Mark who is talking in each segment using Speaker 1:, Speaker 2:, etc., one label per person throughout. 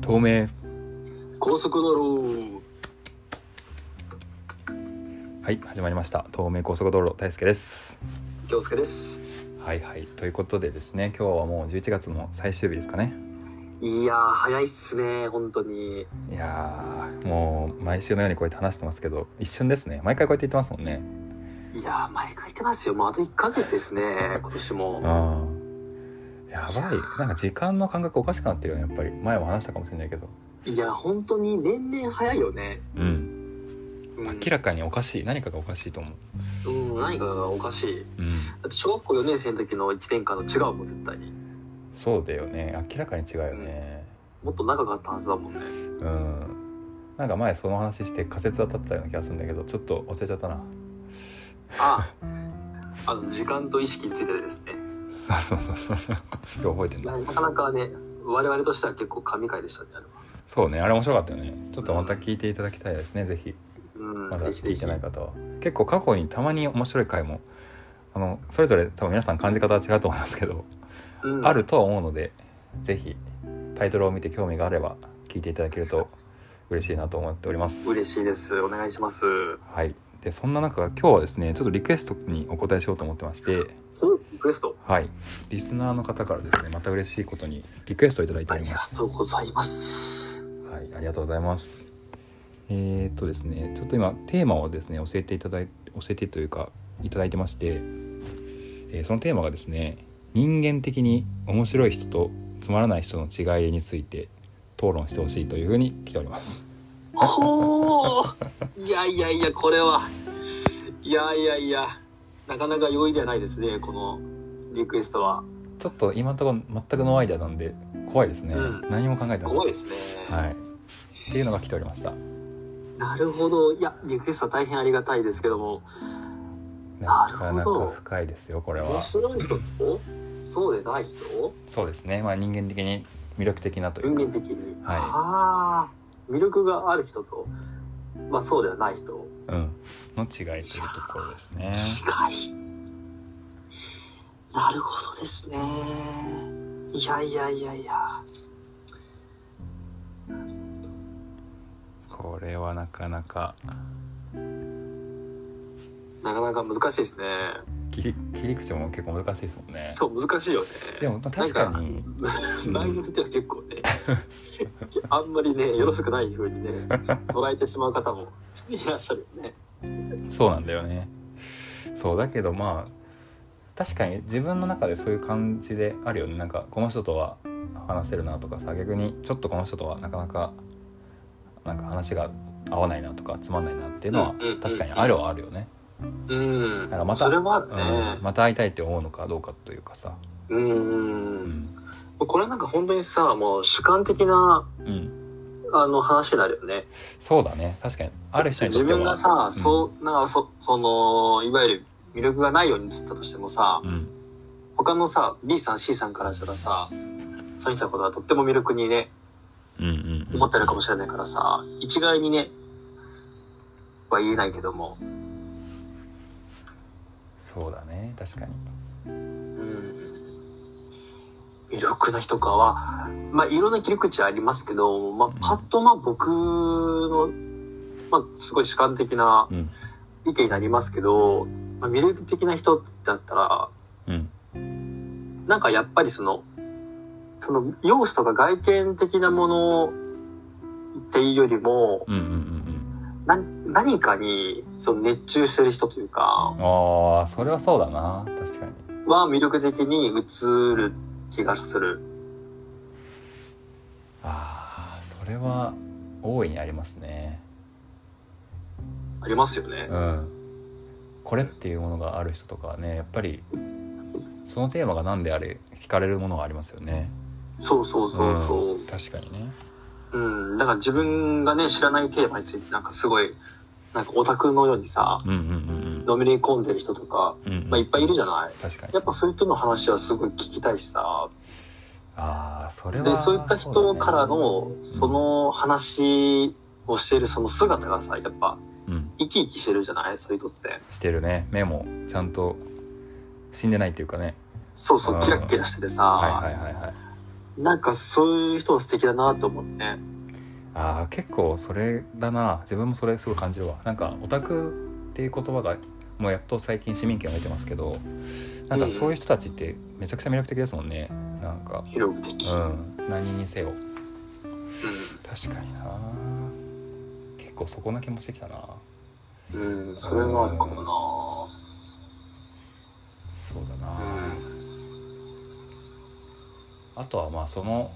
Speaker 1: 透明
Speaker 2: 高速道路
Speaker 1: はい始まりました東名高速道路大輔です
Speaker 2: 京介です
Speaker 1: はいはいということでですね今日はもう11月の最終日ですかね
Speaker 2: いやー早いっすね本当に
Speaker 1: いやーもう毎週のようにこうやって話してますけど一瞬ですね毎回こうやって言ってますもんね
Speaker 2: いやー毎回言ってますよもうあと1ヶ月ですね今年も
Speaker 1: うんやばいなんか時間の感覚おかしくなってるよねやっぱり前も話したかもしれないけど
Speaker 2: いや本当に年々早いよね、
Speaker 1: うん
Speaker 2: うん、
Speaker 1: 明らかにおかしい何かがおかしいと思う
Speaker 2: うん何かがおかしい
Speaker 1: うん
Speaker 2: だって小学校4年生の時の1年間の違うもん絶対に
Speaker 1: そうだよね明らかに違うよね
Speaker 2: もっと長かったはずだもんね
Speaker 1: うんなんか前その話して仮説当たってたような気がするんだけどちょっと忘れちゃったな
Speaker 2: ああの時間と意識についてですね
Speaker 1: そうそうそうそうそう今日覚えてん
Speaker 2: な
Speaker 1: だ
Speaker 2: なかなかね我々としては結構神回でしたねあれは
Speaker 1: そうねあれ面白かったよねちょっとまた聞いていただきたいですねぜひ
Speaker 2: うん
Speaker 1: まだ
Speaker 2: ぜひぜ
Speaker 1: 聞い
Speaker 2: ひ
Speaker 1: てない方は結構過去にたまに面白い回もあのそれぞれ多分皆さん感じ方は違うと思いますけど、
Speaker 2: うん
Speaker 1: あるとは思うのでぜひタイトルを見て興味があれば聞いていただけると嬉しいなと思っております
Speaker 2: 嬉しいですお願いします
Speaker 1: はいでそんな中今日はですねちょっとリクエストにお答えしようと思ってまして
Speaker 2: ほうリクエスト
Speaker 1: はいリスナーの方からですねまた嬉しいことにリクエストをいただいて
Speaker 2: あ
Speaker 1: おり
Speaker 2: り
Speaker 1: ま
Speaker 2: が
Speaker 1: す
Speaker 2: とうございます
Speaker 1: はい、ありがとうございます。えー、っとですね、ちょっと今テーマをですね、教えていただい教えてというかいただいてまして、えーそのテーマがですね、人間的に面白い人とつまらない人の違いについて討論してほしいというふうに来ております。
Speaker 2: ほういやいやいやこれはいやいやいやなかなか容易ではないですねこのリクエストは
Speaker 1: ちょっと今のところ全くノーアイデアなんで怖いですね。
Speaker 2: うん
Speaker 1: 何も考えてなかった
Speaker 2: 怖いですね、
Speaker 1: はい。っていうのが来ておりました。
Speaker 2: なるほどいやリクエストは大変ありがたいですけども
Speaker 1: な
Speaker 2: な
Speaker 1: か
Speaker 2: る
Speaker 1: な
Speaker 2: ほど
Speaker 1: か深いですよ、これ
Speaker 2: 面
Speaker 1: は。
Speaker 2: 白い人とそうでない人
Speaker 1: そうですね。まあ人間的に魅力的なという
Speaker 2: 人
Speaker 1: か。
Speaker 2: 間的に、
Speaker 1: はい
Speaker 2: あー魅力がある人とまあそうではない人
Speaker 1: うん、の違いというところですね。
Speaker 2: 違いなるほどですねいやいやいやいや
Speaker 1: これはなかなか
Speaker 2: なかなか難しいですね
Speaker 1: 切り切り口も結構難しいですもんね。
Speaker 2: そう難しいよね
Speaker 1: でもまあ確かに
Speaker 2: なんか内容では結構 ねあんまりねよろしくない風にね捉えてしまう方もいらっしゃるよね
Speaker 1: そうなんだよね。そうだけどまあ確かに自分の中でそういう感じであるよね。なんかこの人とは話せるなとかさ逆にちょっとこの人とはなかなかなんか話が合わないなとかつまんないなっていうのは
Speaker 2: うんうんうん
Speaker 1: 確かにあるはあるよね。
Speaker 2: うん
Speaker 1: だからまた
Speaker 2: それもある
Speaker 1: うん、
Speaker 2: ね
Speaker 1: また会いたいって思うのかどうかというかさ。
Speaker 2: うん、
Speaker 1: う
Speaker 2: うん、
Speaker 1: ん、
Speaker 2: これはなんか本当にさもう主観的な
Speaker 1: うん、
Speaker 2: あの話になるよね
Speaker 1: そうだね確かにある人にと
Speaker 2: 自
Speaker 1: っては
Speaker 2: 分がさ、そうなんかそそのいわゆる魅力がないように映ったとしてもさ、
Speaker 1: うん、
Speaker 2: 他のさ B さん C さんからしたらさそういったことはとっても魅力にね
Speaker 1: うんうんうん
Speaker 2: 思ってるかもしれないからさ一概にねは言えないけども、
Speaker 1: そうだね確かに
Speaker 2: うん、魅力な人かはまあいろんな切り口ありますけど、まあ、パッとまあ僕の、まあ、すごい主観的な
Speaker 1: うん
Speaker 2: 意見になりますけど、まあ、魅力的な人だったら
Speaker 1: うん
Speaker 2: なんかやっぱりその、その容姿とか外見的なものっていうよりも、
Speaker 1: うんうんうん
Speaker 2: な何かにその熱中してる人というか、
Speaker 1: うんああそれはそうだな確かに
Speaker 2: は魅力的に映る気がする。
Speaker 1: ああそれは大いにありますね
Speaker 2: ありますよね
Speaker 1: う。んこれっていうものがある人とかはねやっぱりそのテーマが何であれ惹かれるものはありますよね
Speaker 2: そうそうそうそう。
Speaker 1: 確かにね
Speaker 2: うん、だから自分がね、知らないテーマについてなんかすごい、なんかオタクのようにさ、
Speaker 1: うんうん
Speaker 2: のめり込んでる人とか、
Speaker 1: うんうん
Speaker 2: まあいっぱいいるじ
Speaker 1: ゃ
Speaker 2: ゃない
Speaker 1: ん確かに
Speaker 2: やっぱそういう人の話はすごい聞きたいしさ、
Speaker 1: ああそれは
Speaker 2: でそういった人から
Speaker 1: そう
Speaker 2: のその話をしているその姿がさやっ
Speaker 1: だ
Speaker 2: ぱ
Speaker 1: ねうん
Speaker 2: 生き生きしてるじゃないそういう人って
Speaker 1: してるね目もちゃんと死んでないっていうかね
Speaker 2: そうそう
Speaker 1: あー
Speaker 2: キラッキラしててさ、
Speaker 1: はいはいはいはい
Speaker 2: なんかそういう人は素敵だなと思って。
Speaker 1: あー結構それだな自分もそれすごい感じるわなんかオタクっていう言葉がもうやっと最近市民権を得てますけどなんかそういう人たちってめちゃくちゃ魅力的ですもんねなんか
Speaker 2: 広く的。うん
Speaker 1: うん何にせよ確かにな結構そこな気もしてきたな
Speaker 2: うん、それはあるかも
Speaker 1: そうだな
Speaker 2: な。う
Speaker 1: あとはまあその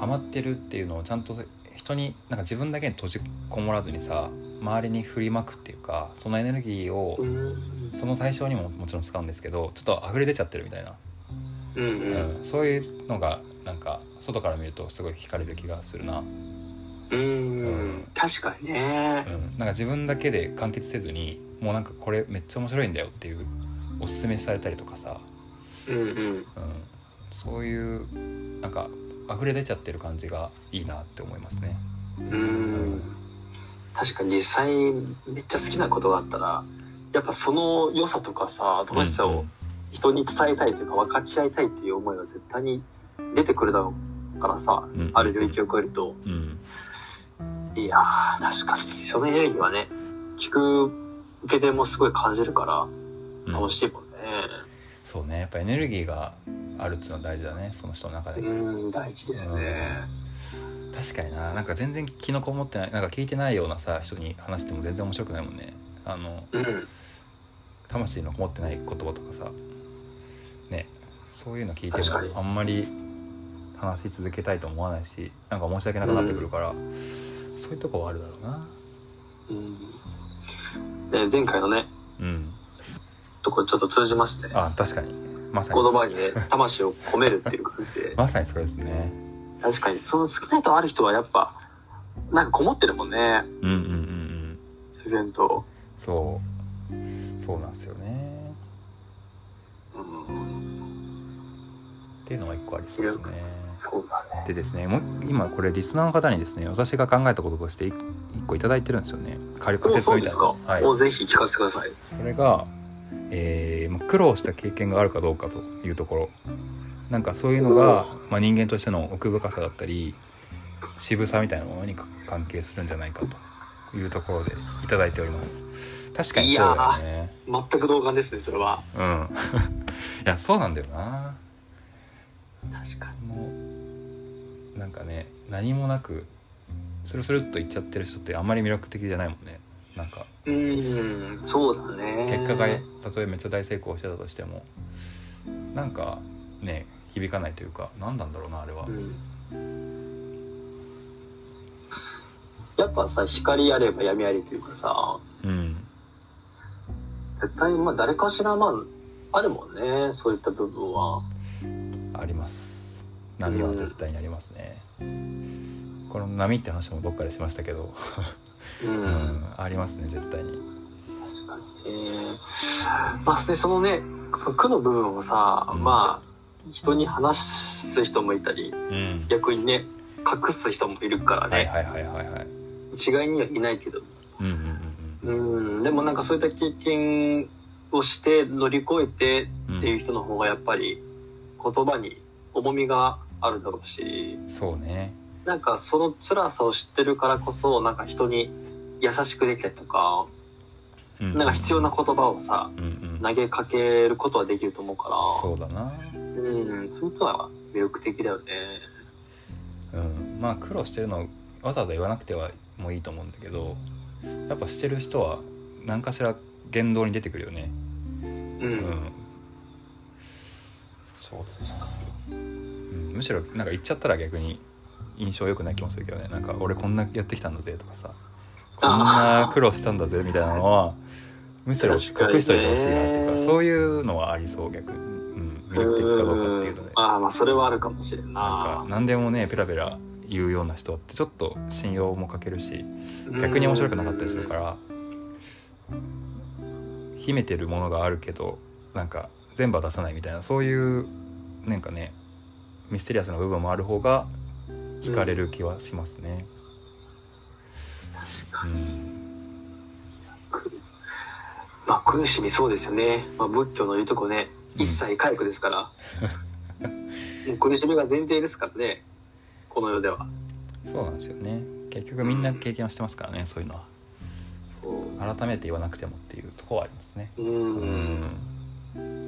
Speaker 1: ハマってるっていうのをちゃんと人になんか自分だけに閉じこもらずにさ周りに振りまくっていうかそのエネルギーを
Speaker 2: ん。
Speaker 1: その対象にももちろん使うんですけどちょっと溢れ出ちゃってるみたいな、
Speaker 2: うん。うん。
Speaker 1: うんそういうのがなんか外から見るとすごい惹かれる気がするな、
Speaker 2: うん。確かにね
Speaker 1: う。ん、なんか自分だけで完結せずにもうなんかこれめっちゃ面白いんだよっていうおすすめされたりとかさ、
Speaker 2: うんうん。
Speaker 1: うん、そういうなんか溢れ出ちゃってる感じがいいなって思いますね
Speaker 2: うん。確かに実際めっちゃ好きなことがあったら、やっぱその良さとかさ、楽しさ
Speaker 1: うんう
Speaker 2: を
Speaker 1: ん
Speaker 2: 人に伝えたいというか分かち合いたいっていう思いは絶対に出てくるだろうからさ、
Speaker 1: うん
Speaker 2: ある領域を超えると、
Speaker 1: うん
Speaker 2: いやー、確かに。そのエネルギーはね、聞く受け手もすごい感じるか
Speaker 1: う
Speaker 2: ら、
Speaker 1: ん
Speaker 2: 楽しいもんね。
Speaker 1: そうねやっぱエネルギーがあるっていうのは大事だねその人の中で
Speaker 2: うん、大事ですね。
Speaker 1: 確かにななんか全然気のこもってないなんか聞いてないようなさ人に話しても全然面白くないもんねあの
Speaker 2: うん。
Speaker 1: 魂のこもってない言葉とかさねそういうの聞いて
Speaker 2: 確かに
Speaker 1: もあんまり話し続けたいと思わないしなんか申し訳なくなってくるから、そういうとこはあるだろうな
Speaker 2: うん、ね前回のね、
Speaker 1: うん
Speaker 2: とこちょっと通じますね。
Speaker 1: あ確かにまさに
Speaker 2: 言葉にね、魂を込めるっていう感じで。
Speaker 1: まさにそれですね
Speaker 2: 確かに、その少ないとある人はやっぱ、なんかこもってるもんね。
Speaker 1: うんうんうんうん
Speaker 2: 自然と。
Speaker 1: そうそうなんですよね
Speaker 2: うん、
Speaker 1: っていうのは一個ありそうですね
Speaker 2: そうだね。
Speaker 1: でですねもう今これリスナーの方にですね私が考えたこととしてい一個いただいてるんですよね軽く
Speaker 2: もう
Speaker 1: 説
Speaker 2: そう
Speaker 1: み
Speaker 2: で
Speaker 1: たい
Speaker 2: す
Speaker 1: な
Speaker 2: か。
Speaker 1: はい
Speaker 2: もうぜひ聞かせてください。
Speaker 1: それが、えーまあ苦労した経験があるかどうかというところなんかそういうのが、まあ、人間としての奥深さだったり渋さみたいなものにか関係するんじゃないかというところでいただいております確かにそうだよね
Speaker 2: 全く同感ですね、それは。
Speaker 1: うん いやそうなんだよな
Speaker 2: 確か
Speaker 1: もうなんかね何もなくスルスルっといっちゃってる人ってあんまり魅力的じゃないもんねなんか
Speaker 2: に。うん、そうだね。
Speaker 1: 結果がたとえめっちゃ大成功してたとしてもなんかね響かないというか何なんだろうなあれは
Speaker 2: うんやっぱさ光あれば闇ありというかさ
Speaker 1: うん
Speaker 2: 絶対まあ誰かしらまああるもんねそういった部分は
Speaker 1: あります波は絶対にありますねこの波って話もどっかでしましたけど、
Speaker 2: うん、
Speaker 1: うん、ありますね絶対に
Speaker 2: 確かにねまあねそのねその苦の部分をさ、
Speaker 1: うん
Speaker 2: まあ人に話す人もいたり
Speaker 1: うん
Speaker 2: 逆にね隠す人もいるからね、
Speaker 1: はいはいはいはいはい
Speaker 2: 一概にはいないけど
Speaker 1: うんうん
Speaker 2: うんでもなんかそういった経験をして乗り越えて
Speaker 1: うんうん
Speaker 2: っていう人の方がやっぱり言葉に重みがあるだろうし
Speaker 1: そうね
Speaker 2: なんかその辛さを知ってるからこそなんか人に優しくできたりとかなんか必要な言葉をさ
Speaker 1: うんうん
Speaker 2: 投げかけることはできると思うか
Speaker 1: そうだな
Speaker 2: らうんそういうのは魅力的だよね
Speaker 1: うん、まあ苦労してるのをわざわざ言わなくてはもういいと思うんだけどやっぱしてる人は何かしら言動に出てくるよね
Speaker 2: う
Speaker 1: うん、
Speaker 2: ん
Speaker 1: そうですね、うん、むしろなんか言っちゃったら逆に印象良くない気もするけどねなんか俺こんなやってきたんだぜとかさこんな苦労したんだぜみたいなのはむしろ隠し
Speaker 2: 確かにね
Speaker 1: といてほしいなっていうかそういうのはありそう逆に、うん、魅力的かどうかっていうの
Speaker 2: ん
Speaker 1: で
Speaker 2: ああまあそれはあるかもしれん
Speaker 1: なんか
Speaker 2: な
Speaker 1: 何でもねペラペラ言うような人ってちょっと信用もかけるし逆に面白くなかったりするから秘めてるものがあるけどなんか全部は出さないみたいなそういうなんかねミステリアスな部分もある方が惹かれる気はしますね。
Speaker 2: 確か
Speaker 1: う
Speaker 2: に
Speaker 1: ん
Speaker 2: まあ苦しみそうですよね、まあ、仏教の言うとこね
Speaker 1: うん
Speaker 2: 一切皆苦ですから、もう苦しみが前提ですからねこの世では
Speaker 1: そうなんですよね結局みんな経験をしてますからねそういうのは
Speaker 2: そう
Speaker 1: 改めて言わなくてもっていうところはありますね
Speaker 2: うーん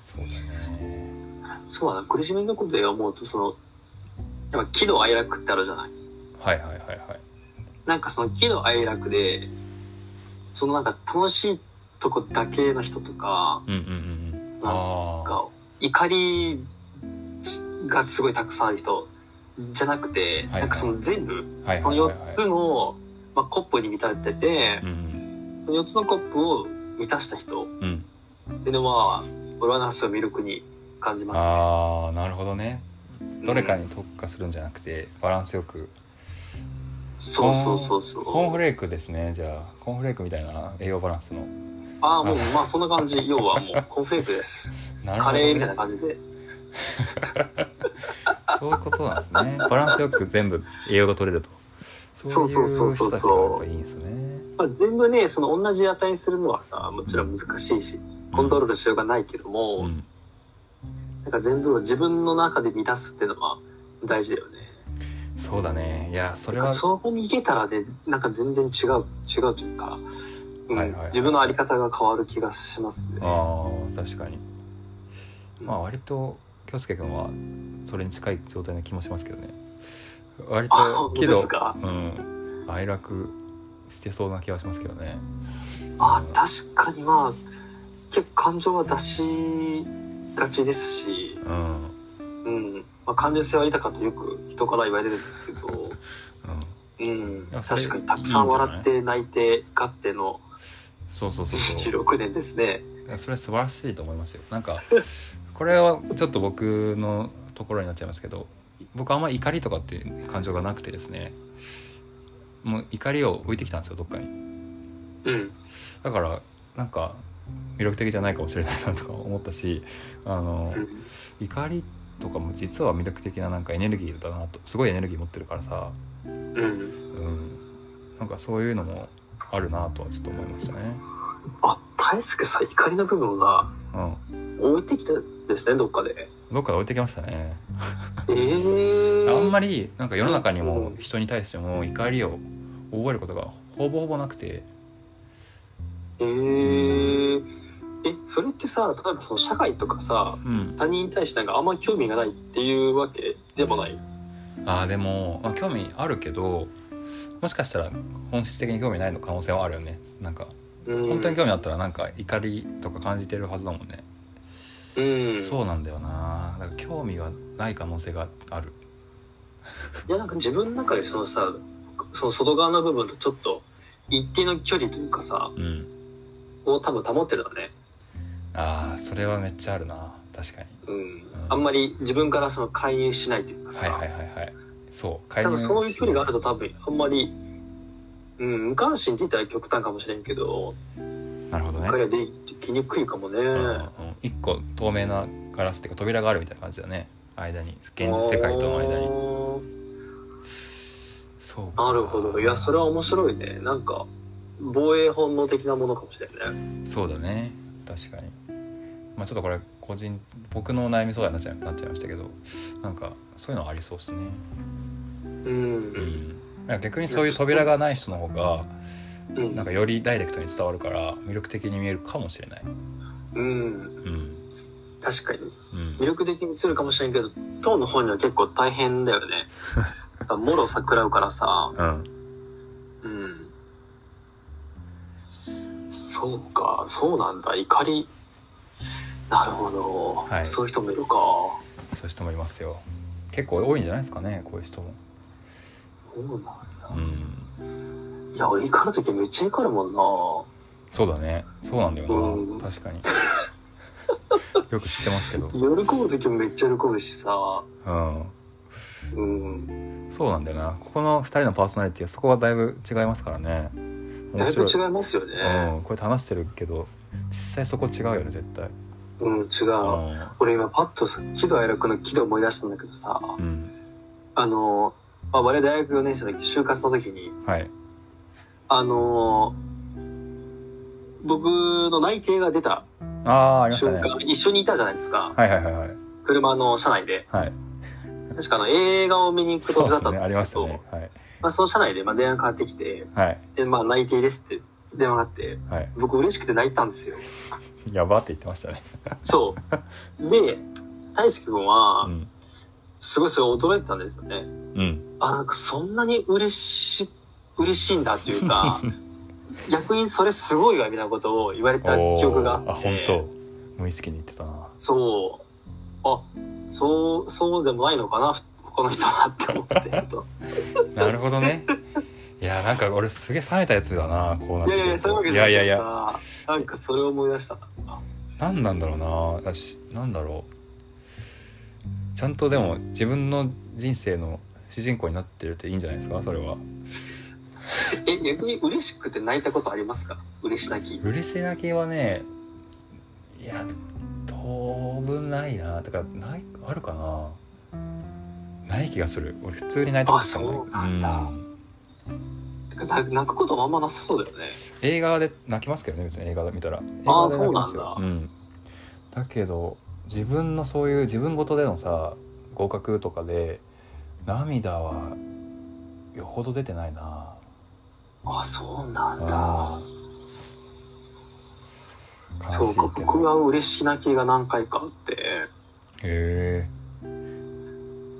Speaker 1: そうだね
Speaker 2: そうだな苦しみのことで思うとそのやっぱ喜怒哀楽ってあるじゃない
Speaker 1: はいはいはいはい
Speaker 2: なんかその喜怒哀楽でそのなんか楽しいとこだけの人とか
Speaker 1: うんうんうんうん
Speaker 2: なん
Speaker 1: ああ
Speaker 2: が怒りがすごいたくさんある人じゃなくて、
Speaker 1: はい
Speaker 2: なんかその全部
Speaker 1: はい
Speaker 2: そ
Speaker 1: は
Speaker 2: の
Speaker 1: いはいは
Speaker 2: 4つ
Speaker 1: い
Speaker 2: の、まあ、コップに満たれてて
Speaker 1: う、ん
Speaker 2: その4つのコップを満たした人っ
Speaker 1: うんうん
Speaker 2: ていうのは俺はなんかすごい魅力に感じますね。
Speaker 1: ああなるほどねどれかに特化するんじゃなくてバランスよく
Speaker 2: そうそうそうそう。
Speaker 1: コーンフレークですねじゃあコーンフレークみたいな栄養バランスの
Speaker 2: ああもうまあそんな感じ要はもうコーンフレークです。
Speaker 1: なるほ
Speaker 2: カ
Speaker 1: ど、
Speaker 2: レーみたい
Speaker 1: ね
Speaker 2: な、感じで
Speaker 1: そういうことなんですねバランスよく全部栄養が取れると
Speaker 2: そうそうそうそ
Speaker 1: い人
Speaker 2: うそう
Speaker 1: たちがやっぱいいんですね
Speaker 2: まあ、全部ねその同じ値にするのはさもちろん難しいしコントロールしようがないけども、
Speaker 1: うん
Speaker 2: なんか全部を自分の中で満たすっていうのは大事だよね。
Speaker 1: そうだねいやそれは
Speaker 2: そこに行けたらねなんか全然違う違うというか、うん
Speaker 1: はいはいはい
Speaker 2: 自分の在り方が変わる気がしますね。
Speaker 1: あー確かに
Speaker 2: うん
Speaker 1: まあ割と京介君はそれに近い状態な気もしますけどね割と
Speaker 2: あ本当
Speaker 1: 喜
Speaker 2: で
Speaker 1: 怒
Speaker 2: すか
Speaker 1: うん哀楽してそうな気がしますけどね
Speaker 2: あ確かにまあ結構感情は出しがちですし、
Speaker 1: うん、うん、
Speaker 2: うんまあ、感受性は豊かとよく人から言われるんですけど、うん、
Speaker 1: いやそれ
Speaker 2: 確かにたくさん笑って泣いてガッての
Speaker 1: そうそうそうそう
Speaker 2: 16年ですね。
Speaker 1: いやそれは素晴らしいと思いますよなんかこれはちょっと僕のところになっちゃいますけど僕あんまり怒りとかっていう感情がなくてですねもう怒りを置いてきたんですよどっかに
Speaker 2: うん、
Speaker 1: だからなんか魅力的じゃないかもしれないなとか思ったしあの
Speaker 2: うん
Speaker 1: 怒りとかも実は魅力的ななんかエネルギーだなとすごいエネルギー持ってるからさ、
Speaker 2: うん
Speaker 1: うん、なんかそういうのもあるなとはちょっと思いましたね。
Speaker 2: あ、大輔さん、怒りの部分が
Speaker 1: うん
Speaker 2: 置いてきたんですね、どっかで。
Speaker 1: どっかで置いてきましたね。
Speaker 2: ええー。
Speaker 1: あんまりなんか世の中に
Speaker 2: う
Speaker 1: も
Speaker 2: ん
Speaker 1: 人に対しても怒りを覚えることがほぼほぼなくて
Speaker 2: えー、え、それってさ、例えばその社会とかさ、
Speaker 1: うん
Speaker 2: 他人に対してなんかあんま興味がないっていうわけでもない。
Speaker 1: あーでも、まあ、興味あるけどもしかしたら本質的に興味ないの可能性はあるよねなんか
Speaker 2: 本
Speaker 1: 本当に興味あったらなんか怒りとか感じてるはずだもんね、
Speaker 2: うん。い
Speaker 1: そうなんだよなだから興味がない可能性がある
Speaker 2: や、なんか自分の中でそのさ、その外側の部分とちょっと一定の距離というかさ、
Speaker 1: うん
Speaker 2: を多分保ってるのね。
Speaker 1: あーそれはめっちゃあるな確かに
Speaker 2: うん。あんまり自分からその介入しないというかさ、
Speaker 1: はいはいはいはいそう介
Speaker 2: 多分そういう距離がある
Speaker 1: と
Speaker 2: と多分あんまり、うん、無関心って言ったら極端かもしれんけど、
Speaker 1: なるほどね
Speaker 2: 彼はできにくいかもね、
Speaker 1: うんうん一個透明なガラスっていうか扉があるみたいな感じだね間に現実世界との間に
Speaker 2: に
Speaker 1: そうか
Speaker 2: なるほどいやそれは面白いねなんか防衛本能的なものかもしれないね
Speaker 1: そうだね確かにまあちょっとこれ個人僕の悩み相談になっちゃいなっちゃいましたけどなんかそういうのはありそうですね
Speaker 2: うん
Speaker 1: なんか逆にそういう扉がない人の方が
Speaker 2: うん
Speaker 1: なんかよりダイレクトに伝わるから魅力的に見えるかもしれない
Speaker 2: うん
Speaker 1: うん
Speaker 2: 確かに
Speaker 1: うん
Speaker 2: 魅力的に映るかもしれんけど当の本には結構大変だよ ねやっぱもろさくらうからさ
Speaker 1: うん
Speaker 2: うんそうかそうなんだ怒りなるほど、
Speaker 1: はい
Speaker 2: そういう人もいるか
Speaker 1: そういう人もいますよ結構多いんじゃないですかねこういう人も
Speaker 2: そうなんだ
Speaker 1: うん
Speaker 2: いや俺怒る時めっちゃ怒るもんな
Speaker 1: そうだねそうなんだよな、
Speaker 2: うん
Speaker 1: 確かによく知ってますけ ど、
Speaker 2: 喜ぶ時もめっちゃ喜ぶしさ
Speaker 1: うん、
Speaker 2: うん
Speaker 1: そうなんだよなここの2人のパーソナリティはそこはだいぶ違いますからね
Speaker 2: だ
Speaker 1: 面
Speaker 2: いぶ
Speaker 1: 白い
Speaker 2: 違いますよね
Speaker 1: うん、こうやって話してるけど実際そこ違うよね絶対
Speaker 2: うん、
Speaker 1: う
Speaker 2: 違う、
Speaker 1: ん
Speaker 2: 俺今パッとさ喜怒哀楽の喜怒思い出したんだけどさ
Speaker 1: うん
Speaker 2: あの、まあ、我々大学4年生の時就活の時に
Speaker 1: はい
Speaker 2: あの僕の内定が出た
Speaker 1: ああありました
Speaker 2: 瞬
Speaker 1: ね
Speaker 2: 間、一緒にいたじゃないですか。
Speaker 1: はいはいはいはい
Speaker 2: 車の車内で。
Speaker 1: はい
Speaker 2: 確かあの映画を見に行く
Speaker 1: そう
Speaker 2: 途中
Speaker 1: で
Speaker 2: だ
Speaker 1: すねあ
Speaker 2: ったんで
Speaker 1: り
Speaker 2: す
Speaker 1: ま
Speaker 2: け
Speaker 1: した
Speaker 2: ど、
Speaker 1: ねはい
Speaker 2: まあ、その車内でまあ電話かかってきて、
Speaker 1: はい
Speaker 2: で、まあ内定ですって電話があって、
Speaker 1: はい
Speaker 2: 僕嬉しくて泣いたんですよ。
Speaker 1: やばって言ってましたね
Speaker 2: そう。で、大輔君は
Speaker 1: う、ん
Speaker 2: すごいそれ驚いてたんですよね。
Speaker 1: うん
Speaker 2: あ、なんかそんなに嬉し、嬉しいんだというか、 逆にそれすごいわみたいなことを言われた記憶があって。
Speaker 1: おー本当無意識に言ってたな
Speaker 2: そう。あ、そう、そうでもないのかな、 他の人はって思って。 と
Speaker 1: なるほどねいやなんか俺すげえ冴えたやつだなこうなっ
Speaker 2: い
Speaker 1: てくると
Speaker 2: やいやいや、そういうわけ
Speaker 1: い
Speaker 2: じゃな
Speaker 1: やいやい
Speaker 2: いけど
Speaker 1: や
Speaker 2: さ、なんかそれを思い出した。
Speaker 1: 何なんだろうなだし何だろうちゃんとでも自分の人生の主人公になってるっていいんじゃないですかそれは
Speaker 2: え、逆に嬉しくて泣いたことありますか嬉し泣き。
Speaker 1: 嬉し泣きはねいや当分ないなとかないあるかなない気がする俺普通に泣いたことしかない
Speaker 2: あそうなんだ
Speaker 1: うん
Speaker 2: てかな泣くこともあんまなさそうだよね。
Speaker 1: 映画で泣きますけどね別に映画見たら映
Speaker 2: あ
Speaker 1: 画で
Speaker 2: ー
Speaker 1: 泣きます
Speaker 2: そ
Speaker 1: よ、
Speaker 2: うなん
Speaker 1: だけど自分のそういう自分ごとでのさ合格とかで涙はよほど出てないな
Speaker 2: あ、そうなん
Speaker 1: あ
Speaker 2: だ。
Speaker 1: ー悲しい
Speaker 2: そうか、
Speaker 1: けど
Speaker 2: 僕は嬉し泣きが何回かあって、
Speaker 1: へ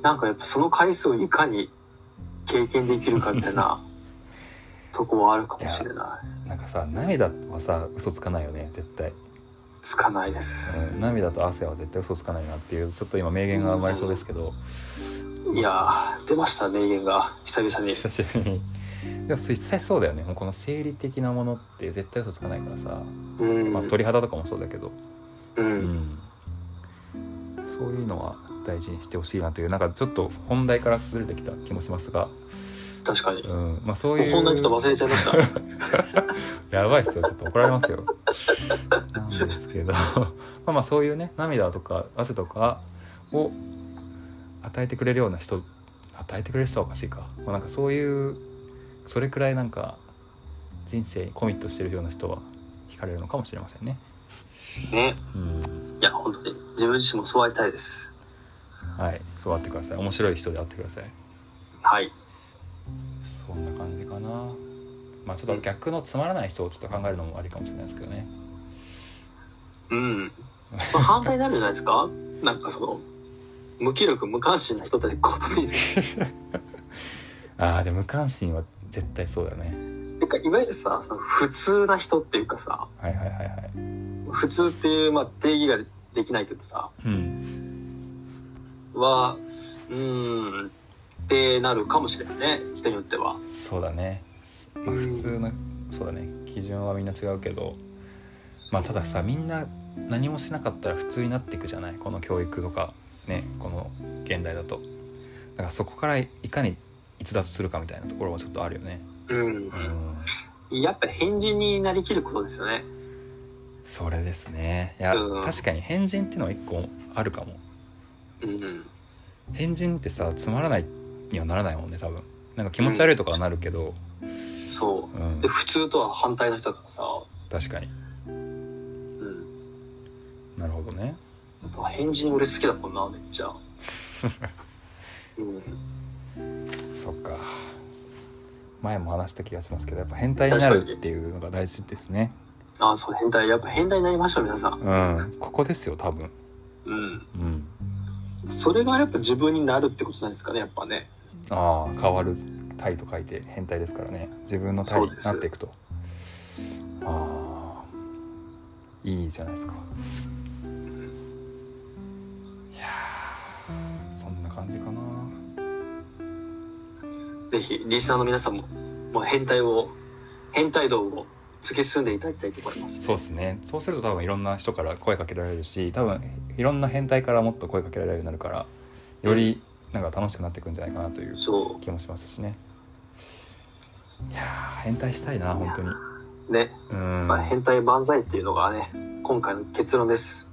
Speaker 2: なんかやっぱその回数をいかに経験できるかみた いなとこもあるかもしれない。
Speaker 1: えなんかさ涙はさ嘘つかないよね絶対
Speaker 2: つかないです。
Speaker 1: うん涙と汗は絶対嘘つかないなっていうちょっと今名言が生まれそうですけど
Speaker 2: いやー、出ました、名言が。久々に。
Speaker 1: 久しぶりにでも実際そうだよねもうこの生理的なものって絶対嘘つかないからさ、
Speaker 2: うん。
Speaker 1: まあ、鳥肌とかもそうだけど、
Speaker 2: う。
Speaker 1: うんん、そういうのは大事にしてほしいなというなんかちょっと本題からずれてきた気もしますが、
Speaker 2: 確かに。
Speaker 1: うんまあ、そう
Speaker 2: も
Speaker 1: いうう
Speaker 2: 本題ちょっと忘れちゃいました。
Speaker 1: やばいっすよちょっと怒られますよなんですけど まあまあそういうね涙とか汗とかを与えてくれるような人与えてくれる人はおかしいか、まあ、なんかそういうそれくらいなんか人生にコミットしてるような人は惹かれるのかもしれませんね
Speaker 2: ね。
Speaker 1: うん
Speaker 2: いや、本当に。自分自身もそうありたいです。
Speaker 1: はいそうあってください面白い人であってください
Speaker 2: はい。
Speaker 1: そんな感じかなまあちょっと逆のつまらない人をちょっと考えるのもありかもしれないですけどね
Speaker 2: うん。まあ、反対になるんじゃないですかなんかその、無気力、無関心な人たちことに。
Speaker 1: ああでも無関心は絶対そうだね
Speaker 2: てか、いわゆるさ、その普通な人っていうかさ、
Speaker 1: はいはいはいはい
Speaker 2: 普通っていう、まあ、定義ができないけどさ、
Speaker 1: うん
Speaker 2: は、うーん、ってなるかもしれないね。人によっては。
Speaker 1: そうだね、まあ、普通のそうだね基準はみんな違うけどまあたださみんな何もしなかったら普通になっていくじゃないこの教育とかねこの現代だとだからそこからいかに逸脱するかみたいなところはちょっとあるよね
Speaker 2: うん
Speaker 1: う。ん
Speaker 2: やっぱ変人になりきることですよね。
Speaker 1: それですねいや
Speaker 2: うん
Speaker 1: 確かに変人ってのは一個あるかも
Speaker 2: うん。
Speaker 1: 変人ってさつまらないにはならないもんね多分なんか気持ち悪いとかはなるけど、
Speaker 2: そうう。
Speaker 1: ん
Speaker 2: で、、普通とは反対の人だからさ、
Speaker 1: 確かに
Speaker 2: うん。
Speaker 1: なるほどね
Speaker 2: 変人俺好きだもんなめっちゃうん
Speaker 1: そっか前も話した気がしますけどやっぱ変態になるっていうのが大事ですね
Speaker 2: あそう変態やっぱ変態になりました皆さん
Speaker 1: うんここですよ多分
Speaker 2: うん
Speaker 1: うん
Speaker 2: それがやっぱ自分になるってことなんですかねやっぱね
Speaker 1: ああ変わる体と書いて変態ですからね自分の体になっていくとああいいじゃないですかいやーそんな感じかな
Speaker 2: ぜひリスナーの皆さんももう変態を変態道を突き進んでいただきたいと思います
Speaker 1: そうですねそうすると多分いろんな人から声かけられるし多分いろんな変態からもっと声かけられるようになるからよりなんか楽しくなっていくんじゃないかなという
Speaker 2: そ
Speaker 1: 気もしますしねいやー変態したいな本当にう
Speaker 2: うね、
Speaker 1: ーん、
Speaker 2: まあ、変態万歳っていうのがね今回の結論です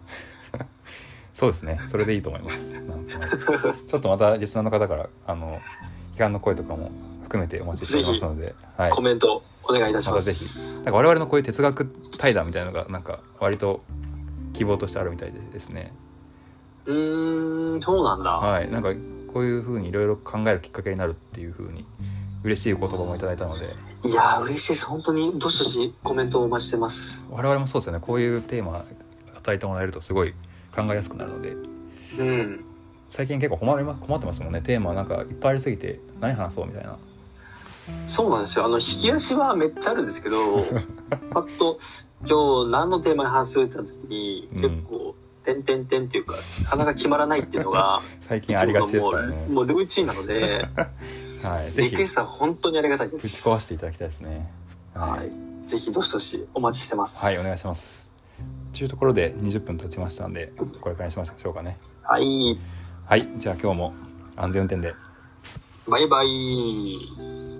Speaker 1: そうですねそれでいいと思いますなんかちょっとまたリスナーの方からあの批判の声とかも含めてお待ちしておりますので、はい、
Speaker 2: コメントお願いいたしま
Speaker 1: またぜ
Speaker 2: す、
Speaker 1: なんか我々のこういう哲学対談みたいなのがなんか割と希望としてあるみたいでですね
Speaker 2: うーん、そうなんだ。
Speaker 1: はいなんかこういうふうにいろいろ考えるきっかけになるっていうふうに嬉しいお言葉もいただいたので
Speaker 2: いやー嬉しいです。本当に、どしどしコメントをお待ちしてます。
Speaker 1: 我々もそうですよねこういうテーマ与えてもらえるとすごい考えやすくなるので
Speaker 2: うん。
Speaker 1: 最近結構困りま困ってますもんねテーマなんかいっぱいありすぎて何話そうみたいな
Speaker 2: そうなんですよ。あの、引き出しはめっちゃあるんです けど、パッと、今日何のテーマに話すってなった時に、
Speaker 1: うん
Speaker 2: 結構、点点点っていうか、なかなか決まらないっていう のが、
Speaker 1: 最近ありがちです
Speaker 2: も
Speaker 1: から
Speaker 2: う、
Speaker 1: ね
Speaker 2: もうルーチンなので、
Speaker 1: はい ぜ
Speaker 2: リ
Speaker 1: ひ
Speaker 2: クエストは本当にありがたいで
Speaker 1: ぶち
Speaker 2: す。
Speaker 1: 壊していただきたいですねは、
Speaker 2: はいい。ぜひ、どしどしお待ちしてます。
Speaker 1: はい、お願いしますというところで20分経ちましたんでこれからいにしましょうかね
Speaker 2: はい。
Speaker 1: はいじゃあ今日も安全運転で
Speaker 2: バイバイ。